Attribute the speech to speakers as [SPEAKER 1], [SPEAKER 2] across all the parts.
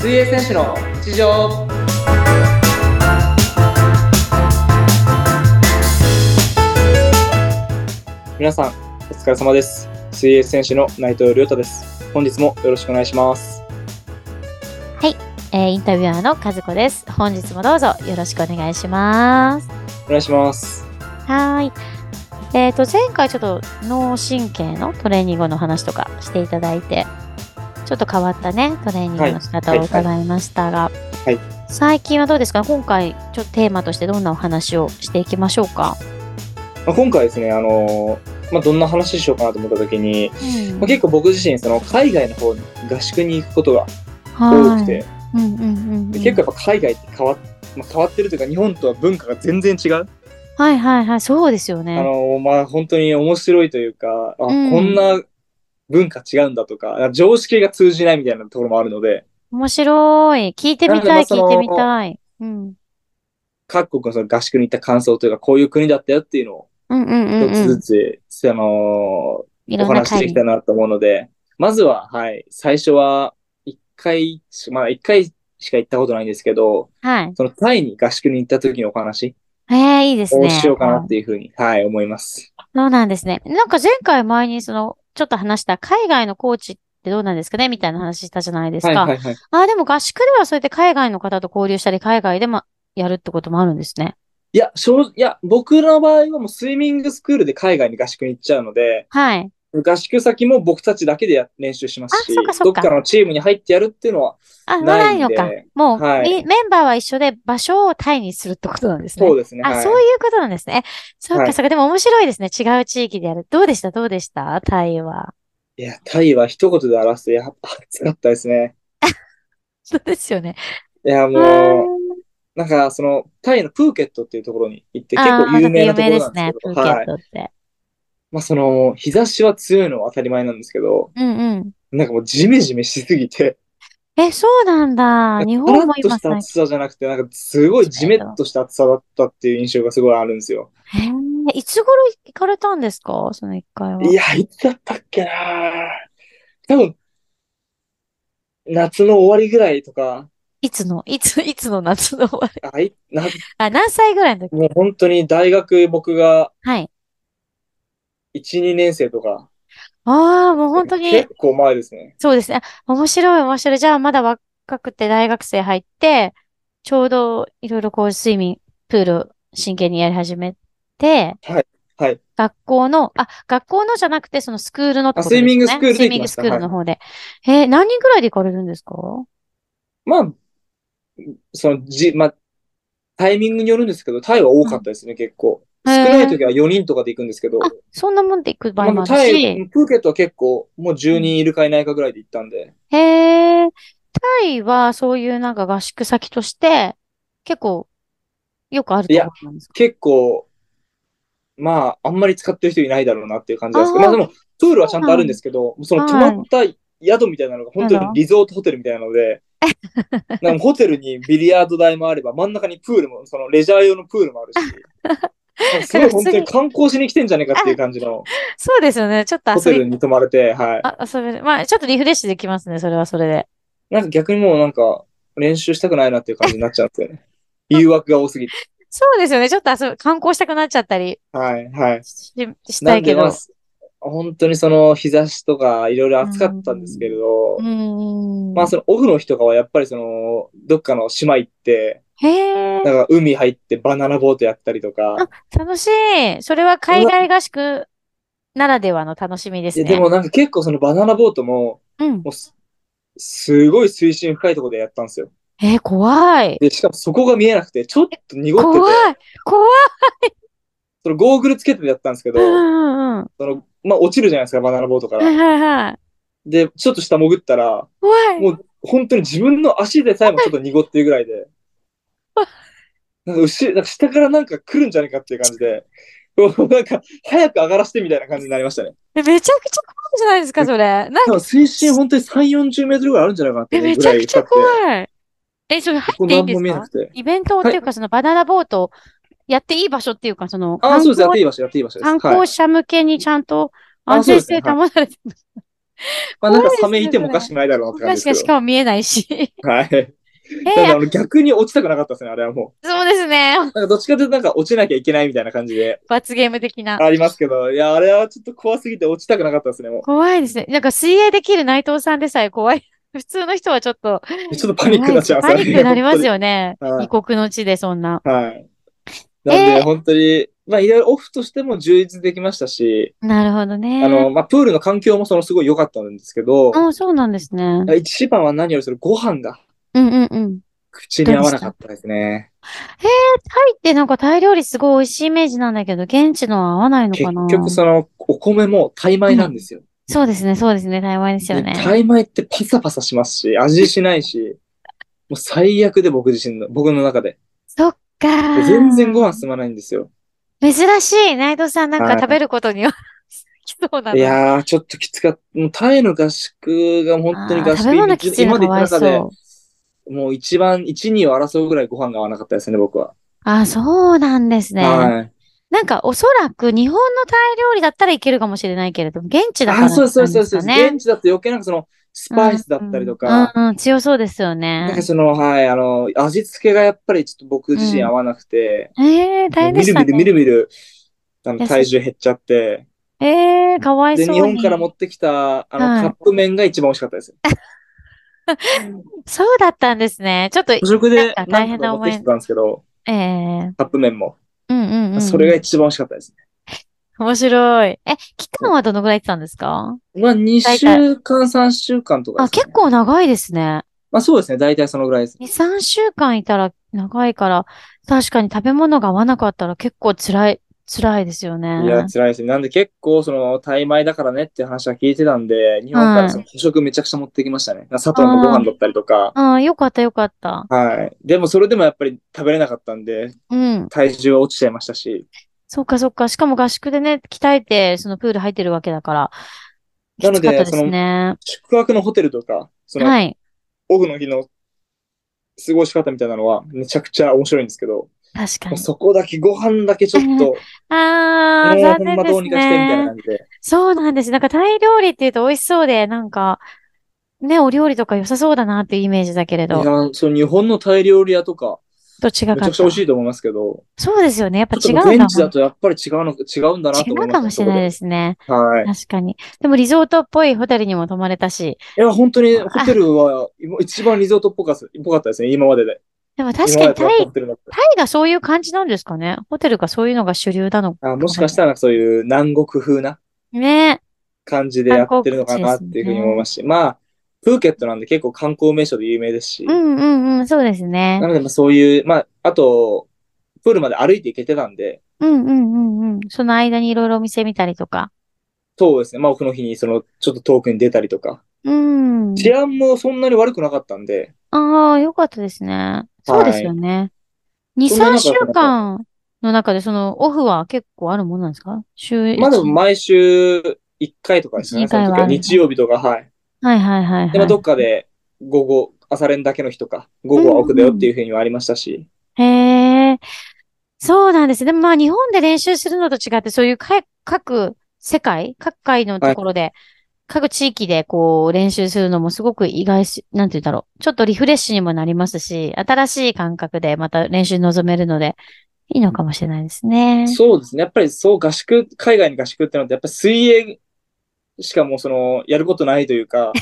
[SPEAKER 1] 選手の日常皆さんお疲れ様です水泳選手の内藤亮太です本日もよろしくお願いします
[SPEAKER 2] えーインタビュアーの和子です。本日もどうぞよろしくお願いします。
[SPEAKER 1] お願いします
[SPEAKER 2] はーい。えっ、と、前回ちょっと脳神経のトレーニングの話とかしていただいて、ちょっと変わったね、トレーニングの仕方を伺いましたが、
[SPEAKER 1] はいはい
[SPEAKER 2] 最近はどうですか今回、ちょっとテーマとしてどんなお話をしていきましょうか、
[SPEAKER 1] まあ、今回ですねあのまあ、どんな話しようかなと思った時に、まあ、結構僕自身その海外の方に合宿に行くことが多くて、
[SPEAKER 2] はいうんうんうんうん
[SPEAKER 1] で結構やっぱ海外って変わ,、まあ、変わってるというか日本とは文化が全然違う
[SPEAKER 2] はいはいはい、そうですよね。
[SPEAKER 1] あの、まあ、本当に面白いというか、あ、
[SPEAKER 2] うん
[SPEAKER 1] こんな文化違うんだとか、常識が通じないみたいなところもあるので、
[SPEAKER 2] 面白い。聞いてみ
[SPEAKER 1] なのでま
[SPEAKER 2] たい、聞
[SPEAKER 1] あ
[SPEAKER 2] い
[SPEAKER 1] そ
[SPEAKER 2] て
[SPEAKER 1] の
[SPEAKER 2] みたい。うん。
[SPEAKER 1] 各国のその合宿に行った感想というか、こういう国だったよっていうのを、
[SPEAKER 2] うんうん
[SPEAKER 1] 一
[SPEAKER 2] うん、
[SPEAKER 1] つ
[SPEAKER 2] う
[SPEAKER 1] ず
[SPEAKER 2] ん。
[SPEAKER 1] つ、あの、
[SPEAKER 2] い
[SPEAKER 1] お
[SPEAKER 2] ろんな
[SPEAKER 1] 話ししてい
[SPEAKER 2] 会
[SPEAKER 1] きたいなと思うので、まずは、はい、最初は、一回し、まあ、一回しか行ったことないんですけど、
[SPEAKER 2] はい。
[SPEAKER 1] そのタイに合宿に行った時のお話
[SPEAKER 2] ええいいです
[SPEAKER 1] を
[SPEAKER 2] ね。
[SPEAKER 1] しようかなっていうふうに、はい、思います。
[SPEAKER 2] そうなんですね。なんか前回前にその、ちょっと話した海外のコーチってどうなんですかねみたいな話したじゃないです
[SPEAKER 1] はい、
[SPEAKER 2] か。
[SPEAKER 1] はい、はい。
[SPEAKER 2] ああ、でも合宿ではそうやって海外の方と交流したり、海外でもやるってこともあるんですね。
[SPEAKER 1] いや、正直いや、僕の場合はもうスイミングスクールで海外に合宿に行っちゃうので、
[SPEAKER 2] はい。
[SPEAKER 1] 合宿先も僕たちだけでや練習しますし、
[SPEAKER 2] あそっかそっか
[SPEAKER 1] どっかのチームに入ってやるっていうのは、
[SPEAKER 2] あ、
[SPEAKER 1] ないんで
[SPEAKER 2] のか。もう、
[SPEAKER 1] はい
[SPEAKER 2] みメンバーは一緒で場所をタイにするってことなんですね。
[SPEAKER 1] そうですね。
[SPEAKER 2] あ、
[SPEAKER 1] はい、
[SPEAKER 2] そういうことなんですね。えそっ
[SPEAKER 1] は
[SPEAKER 2] か
[SPEAKER 1] い
[SPEAKER 2] そっか。でも面白いですね。違う地域でやる。どうでしたどうでしたタイは。
[SPEAKER 1] いや、タイは一言で表すと、やっぱ暑かったですね。
[SPEAKER 2] そうですよね。
[SPEAKER 1] いや、
[SPEAKER 2] あー
[SPEAKER 1] もう、なんか、その、タイのプーケットっていうところに行って、結
[SPEAKER 2] あー
[SPEAKER 1] 構有名なところ
[SPEAKER 2] で
[SPEAKER 1] な
[SPEAKER 2] す
[SPEAKER 1] んです
[SPEAKER 2] ね。
[SPEAKER 1] け
[SPEAKER 2] プ
[SPEAKER 1] ど、
[SPEAKER 2] ーケ
[SPEAKER 1] は
[SPEAKER 2] ッ
[SPEAKER 1] い。
[SPEAKER 2] トって。
[SPEAKER 1] まあ、その、日差しは強いのは当たり前なんですけど、
[SPEAKER 2] うんうん。
[SPEAKER 1] なんかもうジメジメしすぎて、
[SPEAKER 2] え、そうなんだ。日
[SPEAKER 1] カラ
[SPEAKER 2] 本も
[SPEAKER 1] ッと
[SPEAKER 2] 今
[SPEAKER 1] した
[SPEAKER 2] 最
[SPEAKER 1] 暑さじゃなくて、なんかすごいジメッとした暑さだったっていう印象がすごいあるんですよ。
[SPEAKER 2] へえいつ頃行かれたんですかその一回は。
[SPEAKER 1] いや、いつだったっけな多分、夏の終わりぐらいとか、
[SPEAKER 2] いつの、いつ、 いつの夏の終わり。
[SPEAKER 1] あいな
[SPEAKER 2] あ、何歳ぐらいの時
[SPEAKER 1] もう本当に大学僕が
[SPEAKER 2] はい。
[SPEAKER 1] 1、2年生とか、
[SPEAKER 2] ああ、もう本当に
[SPEAKER 1] 結、構前ですね。
[SPEAKER 2] そうですね。あ面白い、面白い。じゃあ、まだ若くて大学生入って、ちょうどいろいろこう、睡眠、プールを真剣にやり始めて、
[SPEAKER 1] はい。
[SPEAKER 2] 学校の、あ、学校のじゃなくて、そのスクールのって
[SPEAKER 1] あ
[SPEAKER 2] ことで
[SPEAKER 1] ス
[SPEAKER 2] す
[SPEAKER 1] イミングスクール
[SPEAKER 2] ね。
[SPEAKER 1] で
[SPEAKER 2] スイ
[SPEAKER 1] 行
[SPEAKER 2] ミ
[SPEAKER 1] き
[SPEAKER 2] ン
[SPEAKER 1] ま
[SPEAKER 2] グ
[SPEAKER 1] し
[SPEAKER 2] ス
[SPEAKER 1] た
[SPEAKER 2] クールの方で。えー何人ぐらいで行かれるんですか
[SPEAKER 1] まあ、そのじ、まあ、タイミングによるんですけど、タイは多かったですね、結構。少
[SPEAKER 2] へー
[SPEAKER 1] ない時は4人とかで行くんですけど、
[SPEAKER 2] あ、そんなもんで行く場合
[SPEAKER 1] ま
[SPEAKER 2] も
[SPEAKER 1] あ
[SPEAKER 2] あ
[SPEAKER 1] タ
[SPEAKER 2] る
[SPEAKER 1] イ、
[SPEAKER 2] し。
[SPEAKER 1] プーケットは結構もう10人いるかいないかぐらいで行ったんで、
[SPEAKER 2] へえ、タイはそういうなんか合宿先として結構よくあるところなんですか
[SPEAKER 1] 結構、まあ、あんまり使ってる人いないだろうなっていう感じなんですけど、
[SPEAKER 2] あ
[SPEAKER 1] ま
[SPEAKER 2] ー
[SPEAKER 1] あでも、プールはちゃんとあるんですけど、その泊まった宿みたいなのが本当にリゾートホテルみたいなので、 なんかホテルにビリヤード台もあれば、真ん中にプールも、そのレジャー用のプールも あるし、なんかすごい本当に観光しに来てんじゃねえかっていう感じの
[SPEAKER 2] そうですよね。ちょっと
[SPEAKER 1] ホテ
[SPEAKER 2] 遊
[SPEAKER 1] ル
[SPEAKER 2] び、
[SPEAKER 1] に泊まれて、はい。
[SPEAKER 2] あ、遊べる。まあ、ちょっとリフレッシュできますね。それはそれで。
[SPEAKER 1] なんか逆にもうなんか、練習したくないなっていう感じになっちゃうんです よね。誘惑が多すぎて。
[SPEAKER 2] そうですよね。ちょっと遊ぶ、観光したくなっちゃったり
[SPEAKER 1] はい、はい。
[SPEAKER 2] し、したいけ
[SPEAKER 1] なんでま
[SPEAKER 2] ど。
[SPEAKER 1] あ本当にその日差しとかいろいろ暑かったんですけれど
[SPEAKER 2] う、ーん。
[SPEAKER 1] まあそのオフの日とかはやっぱりそのどっかの島行って、
[SPEAKER 2] へえ
[SPEAKER 1] な、んか海入ってバナナボートやったりとか、
[SPEAKER 2] 楽しい。それは海外合宿ならではの楽しみです
[SPEAKER 1] いや
[SPEAKER 2] ね。
[SPEAKER 1] でもなんか結構そのバナナボートも、
[SPEAKER 2] うん。
[SPEAKER 1] もうすすごい水深深いところでやったんですよ。
[SPEAKER 2] えー、怖い。
[SPEAKER 1] で、しかもそこが見えなくて、ちょっと濁ってて
[SPEAKER 2] 怖、い。怖い。
[SPEAKER 1] そのゴーグルつけてやったんですけど
[SPEAKER 2] う、んうんうん。
[SPEAKER 1] その、まあ落ちるじゃないですか、バナナボートか
[SPEAKER 2] はい
[SPEAKER 1] ら。
[SPEAKER 2] はいはい。
[SPEAKER 1] で、ちょっと下潜ったら、
[SPEAKER 2] 怖い。
[SPEAKER 1] もう本当に自分の足でさえもちょっと濁ってるぐらいで、なんか後ろなんか下からなんか来るんじゃないかっていう感じで、もうなんか早く上がらせてみたいな感じになりましたね。
[SPEAKER 2] えめちゃくちゃ怖いじゃないですか、それ。なん
[SPEAKER 1] 多分水深本当に3、40メートルぐらいあるんじゃないかなって
[SPEAKER 2] え、
[SPEAKER 1] いう
[SPEAKER 2] め
[SPEAKER 1] ぐ
[SPEAKER 2] ちゃ
[SPEAKER 1] らい
[SPEAKER 2] くちゃ
[SPEAKER 1] 深くて
[SPEAKER 2] 怖い。え、それ入
[SPEAKER 1] ここ
[SPEAKER 2] っていい
[SPEAKER 1] 何
[SPEAKER 2] んで
[SPEAKER 1] も
[SPEAKER 2] す
[SPEAKER 1] 見えな
[SPEAKER 2] か
[SPEAKER 1] くて。
[SPEAKER 2] イベントっていうか、そのバナナボートやっていい場所っていうか、その、
[SPEAKER 1] ああ、そうです。や
[SPEAKER 2] 観
[SPEAKER 1] って
[SPEAKER 2] 光
[SPEAKER 1] いい場所、やっていい場所です。
[SPEAKER 2] 観
[SPEAKER 1] は
[SPEAKER 2] 光
[SPEAKER 1] い。
[SPEAKER 2] 者向けにちゃんと
[SPEAKER 1] あ
[SPEAKER 2] 安
[SPEAKER 1] そうで
[SPEAKER 2] 全
[SPEAKER 1] す
[SPEAKER 2] 性
[SPEAKER 1] ね
[SPEAKER 2] 保たれてる。
[SPEAKER 1] まあなんかサ
[SPEAKER 2] 怖い
[SPEAKER 1] メ
[SPEAKER 2] ですね
[SPEAKER 1] いてもおかしくないだろうなって感
[SPEAKER 2] 確
[SPEAKER 1] じ
[SPEAKER 2] か
[SPEAKER 1] で
[SPEAKER 2] にし
[SPEAKER 1] すけど。
[SPEAKER 2] かも見えないし。
[SPEAKER 1] はい。なんで
[SPEAKER 2] え
[SPEAKER 1] あの逆に落ちたくなかったですね、あれはも
[SPEAKER 2] そうですね。
[SPEAKER 1] う。なんかどっちかというとなんか落ちなきゃいけないみたいな感じで
[SPEAKER 2] 罰ゲーム的な。
[SPEAKER 1] ありますけど、いや、あれはちょっと怖すぎて落ちたくなかったですね、も
[SPEAKER 2] 怖いですね。なんか水泳できる内藤さんでさえ怖い。 普通の人はちょっと
[SPEAKER 1] う。ちょっとパニックになっちゃいます
[SPEAKER 2] パニックになりますよね。
[SPEAKER 1] 本当に
[SPEAKER 2] 異国の地でそんな。
[SPEAKER 1] はい。なんで、本当に、まあ、いろいろオフとしても充実できましたし、
[SPEAKER 2] なるほどね。
[SPEAKER 1] あの、まあ、プールの環境もそのすごい良かったんですけど、
[SPEAKER 2] あそうなんですね。うん
[SPEAKER 1] 一番は何よりそのご飯が
[SPEAKER 2] うんうん。
[SPEAKER 1] 口に合わなかったですね。
[SPEAKER 2] タイってなんかタイ料理すごい美味しいイメージなんだけど、現地のは合わないの
[SPEAKER 1] 結
[SPEAKER 2] かな
[SPEAKER 1] 局その、お米もタイ米なんですよ。
[SPEAKER 2] そうですね、そうですね、台湾ですよね
[SPEAKER 1] で。タイ米ってパサパサしますし、味しないし、もう最悪で僕自身の、僕の中で。
[SPEAKER 2] そっか
[SPEAKER 1] で
[SPEAKER 2] ー。
[SPEAKER 1] 全然ご飯進まないんですよ。
[SPEAKER 2] 珍しい、内藤さんなん
[SPEAKER 1] は
[SPEAKER 2] か
[SPEAKER 1] い
[SPEAKER 2] 食べることには きそうなの。
[SPEAKER 1] いやー、ちょっときつかった。もうタイの合宿が本当に
[SPEAKER 2] あー
[SPEAKER 1] 合
[SPEAKER 2] 食
[SPEAKER 1] 宿
[SPEAKER 2] べ物きついの
[SPEAKER 1] 今まで
[SPEAKER 2] か
[SPEAKER 1] 行
[SPEAKER 2] わい
[SPEAKER 1] った
[SPEAKER 2] そ
[SPEAKER 1] 中で
[SPEAKER 2] う。
[SPEAKER 1] もう一番、一、二を争うぐらいご飯が合わなかったですね、僕は。
[SPEAKER 2] あ、そうなんですね。
[SPEAKER 1] はい。
[SPEAKER 2] なんかおそらく日本のタイ料理だったらいけるかもしれないけれど、現地だから
[SPEAKER 1] あ、そうそうそうそう。
[SPEAKER 2] なんですかね
[SPEAKER 1] 現地だと余計なんかその、スパイスだったりとか、
[SPEAKER 2] うんうんうん、強そうですよ
[SPEAKER 1] なん
[SPEAKER 2] ね
[SPEAKER 1] か。その、はい、あの、味付けがやっぱりちょっと僕自身合わなくて、
[SPEAKER 2] えー、大変で
[SPEAKER 1] みる
[SPEAKER 2] した
[SPEAKER 1] みるみ
[SPEAKER 2] ね。
[SPEAKER 1] るみる、あ
[SPEAKER 2] 痩
[SPEAKER 1] の、
[SPEAKER 2] せ
[SPEAKER 1] 体重減っちゃって、
[SPEAKER 2] えー、かわい
[SPEAKER 1] で、
[SPEAKER 2] そうに。
[SPEAKER 1] 日本から持ってきた、あの、
[SPEAKER 2] はい
[SPEAKER 1] カップ麺が一番美味しかったですよ。
[SPEAKER 2] そうだったんですね。ちょっと、え
[SPEAKER 1] 補食で
[SPEAKER 2] なんか
[SPEAKER 1] 何
[SPEAKER 2] 大変
[SPEAKER 1] 個か
[SPEAKER 2] な
[SPEAKER 1] 持っ
[SPEAKER 2] 思い
[SPEAKER 1] てきてたんですけど、
[SPEAKER 2] えー、
[SPEAKER 1] カップ麺も。
[SPEAKER 2] うんうんうん。
[SPEAKER 1] それが一番美味しかったです
[SPEAKER 2] 面白い。え、期間はどのぐらい行ってたんですか
[SPEAKER 1] ね。まあ、2
[SPEAKER 2] 大
[SPEAKER 1] 週
[SPEAKER 2] 体
[SPEAKER 1] 間、3週間とか
[SPEAKER 2] あ、
[SPEAKER 1] ですかね
[SPEAKER 2] 結構長いですね。
[SPEAKER 1] まあ、そうですね。大体そのぐらいです。
[SPEAKER 2] 2、3週間いたら長いから、確かに食べ物が合わなかったら結構辛い、辛いですよね。
[SPEAKER 1] いや、辛いですね。なんで結構、その、タイ米だからねっていう話は聞いてたんで、日本からその補食めちゃくちゃ持ってきましたね。砂糖のご飯だったりとか。
[SPEAKER 2] ああ、よかったよかった。
[SPEAKER 1] はい。でも、それでもやっぱり食べれなかったんで、
[SPEAKER 2] うん。
[SPEAKER 1] 体重は落ちちゃいましたし。
[SPEAKER 2] そっかそっか。しかも合宿でね、鍛えて、そのプール入ってるわけだから。
[SPEAKER 1] なので
[SPEAKER 2] きつかったですね。
[SPEAKER 1] 宿泊のホテルとか、その、
[SPEAKER 2] はい。
[SPEAKER 1] オフの日の過ごし方みたいなのは、めちゃくちゃ面白いんですけど、
[SPEAKER 2] 確か
[SPEAKER 1] もう
[SPEAKER 2] に。
[SPEAKER 1] そこだけ、ご飯だけちょっと、もう
[SPEAKER 2] ああ、残
[SPEAKER 1] ほん
[SPEAKER 2] 念
[SPEAKER 1] ま
[SPEAKER 2] で
[SPEAKER 1] どう
[SPEAKER 2] す
[SPEAKER 1] にかしてみたいな
[SPEAKER 2] ね。
[SPEAKER 1] 感じで。
[SPEAKER 2] そうなんです。なんかタイ料理って言うと美味しそうで、なんか、ね、お料理とか良さそうだなっていうイメージだけれ
[SPEAKER 1] いや
[SPEAKER 2] ど、、
[SPEAKER 1] その日本のタイ料理屋とか、
[SPEAKER 2] と違
[SPEAKER 1] め
[SPEAKER 2] かっ
[SPEAKER 1] ち
[SPEAKER 2] た
[SPEAKER 1] ゃくちゃ美味しいと思いますけど、
[SPEAKER 2] そうですよね。やっぱ
[SPEAKER 1] ち
[SPEAKER 2] 違
[SPEAKER 1] ょっ
[SPEAKER 2] うん
[SPEAKER 1] と
[SPEAKER 2] だ
[SPEAKER 1] 現地だとやっぱり違うの、違うんだなと
[SPEAKER 2] 違
[SPEAKER 1] 思いうました
[SPEAKER 2] かもしれないですね。
[SPEAKER 1] そこではい。
[SPEAKER 2] 確かに。でもリゾートっぽいホテルにも泊まれたし、
[SPEAKER 1] いや、本当にホテルは今一番リゾートっぽかっぽかったですね、今までで。
[SPEAKER 2] でも確かに
[SPEAKER 1] 今まで
[SPEAKER 2] タ
[SPEAKER 1] と
[SPEAKER 2] イ、
[SPEAKER 1] ホテルだった
[SPEAKER 2] タイがそういう感じなんですかね。ホテルがそういうのが主流なの。
[SPEAKER 1] あもしかしたらそういう南国風な
[SPEAKER 2] ね。
[SPEAKER 1] 感じでやってるのかなっていうふうに思いますし、まあ、プーケットなんで結構観光名所で有名ですし、
[SPEAKER 2] うんうんうん、そうですね
[SPEAKER 1] な。のでまあそういう、まあ、あと、プールまで歩いて行けてたんで、
[SPEAKER 2] うんうんうんうん。その間にいろいろお店見たりとか。
[SPEAKER 1] そうですね、まあ、オフの日にその、ちょっと遠くに出たりとか、
[SPEAKER 2] うん。
[SPEAKER 1] 治安もそんなに悪くなかったんで、
[SPEAKER 2] ああ、よかったですね。そうですよね。2、
[SPEAKER 1] そんな
[SPEAKER 2] 3
[SPEAKER 1] 中
[SPEAKER 2] 週間の中で、その、オフは結構あるもんなんですか週
[SPEAKER 1] まあでも
[SPEAKER 2] 一
[SPEAKER 1] 毎週1回とかですね、
[SPEAKER 2] 一回は
[SPEAKER 1] その時
[SPEAKER 2] ある
[SPEAKER 1] 日曜日とか、はい。
[SPEAKER 2] はいはいはい
[SPEAKER 1] で、
[SPEAKER 2] は
[SPEAKER 1] まあ、
[SPEAKER 2] い。
[SPEAKER 1] どっかで午後、朝練だけの日とか、午後はオフだよっていうふうにはありましたし、
[SPEAKER 2] へえ。そうなんですね。でもまあ日本で練習するのと違って、そういうか各世界、各界のところで、各地域でこう練習するのもすごく意外し、なんて言うんだろう。ちょっとリフレッシュにもなりますし、新しい感覚でまた練習に臨めるので、いいのかもしれないですね。
[SPEAKER 1] そうですね、やっぱりそう合宿、海外に合宿ってのって、やっぱり水泳しかもうその、やることないという か、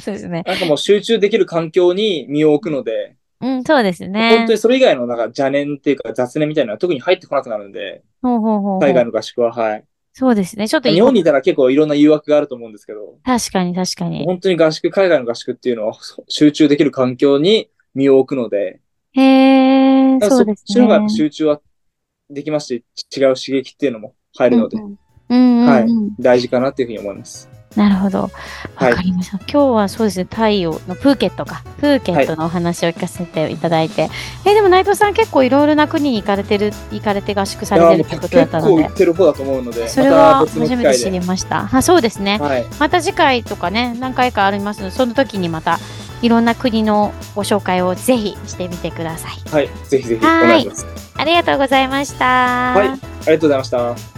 [SPEAKER 2] そうですね。
[SPEAKER 1] なんかもう集中できる環境に身を置くので、
[SPEAKER 2] うん、そうですね。
[SPEAKER 1] 本当にそれ以外のなんか邪念っていうか雑念みたいなのは特に入ってこなくなるんで、
[SPEAKER 2] ほうほうほうほう
[SPEAKER 1] 海外の合宿は、はい。
[SPEAKER 2] そうですね。ちょっと
[SPEAKER 1] 日本にいたら結構いろんな誘惑があると思うんですけど、
[SPEAKER 2] 確かに確かに。
[SPEAKER 1] 本当に合宿、海外の合宿っていうのはそう集中できる環境に身を置くので、
[SPEAKER 2] へえ、
[SPEAKER 1] だから
[SPEAKER 2] そうです
[SPEAKER 1] っちの方がやっ
[SPEAKER 2] ね
[SPEAKER 1] ぱ。集中はできますし、違う刺激っていうのも入るので、
[SPEAKER 2] うんうんうんうん
[SPEAKER 1] はい大事かなっていうふうに思います。
[SPEAKER 2] なるほど。わ
[SPEAKER 1] はい
[SPEAKER 2] かりました。今日はそうですね、太陽のプーケットか。プーケットのお話を聞かせていただいて。え、でも内藤さん結構いろいろな国に行かれてる、行かれて合宿さ
[SPEAKER 1] い
[SPEAKER 2] れ
[SPEAKER 1] や
[SPEAKER 2] て
[SPEAKER 1] ー
[SPEAKER 2] る
[SPEAKER 1] も
[SPEAKER 2] っ
[SPEAKER 1] う
[SPEAKER 2] て
[SPEAKER 1] 結
[SPEAKER 2] ことだったの
[SPEAKER 1] 構売
[SPEAKER 2] で
[SPEAKER 1] っ。てる方だと思うので、
[SPEAKER 2] それは
[SPEAKER 1] また別の
[SPEAKER 2] 初
[SPEAKER 1] 機
[SPEAKER 2] めて
[SPEAKER 1] 会
[SPEAKER 2] 知
[SPEAKER 1] で。
[SPEAKER 2] りました。あ、そうですね。
[SPEAKER 1] はい。
[SPEAKER 2] また次回とかね、何回かありますので、その時にまたいろんな国のご紹介をぜひしてみてください。
[SPEAKER 1] はい。ぜひぜひお願いします。
[SPEAKER 2] ありがとうございました。
[SPEAKER 1] はいありがとうございました。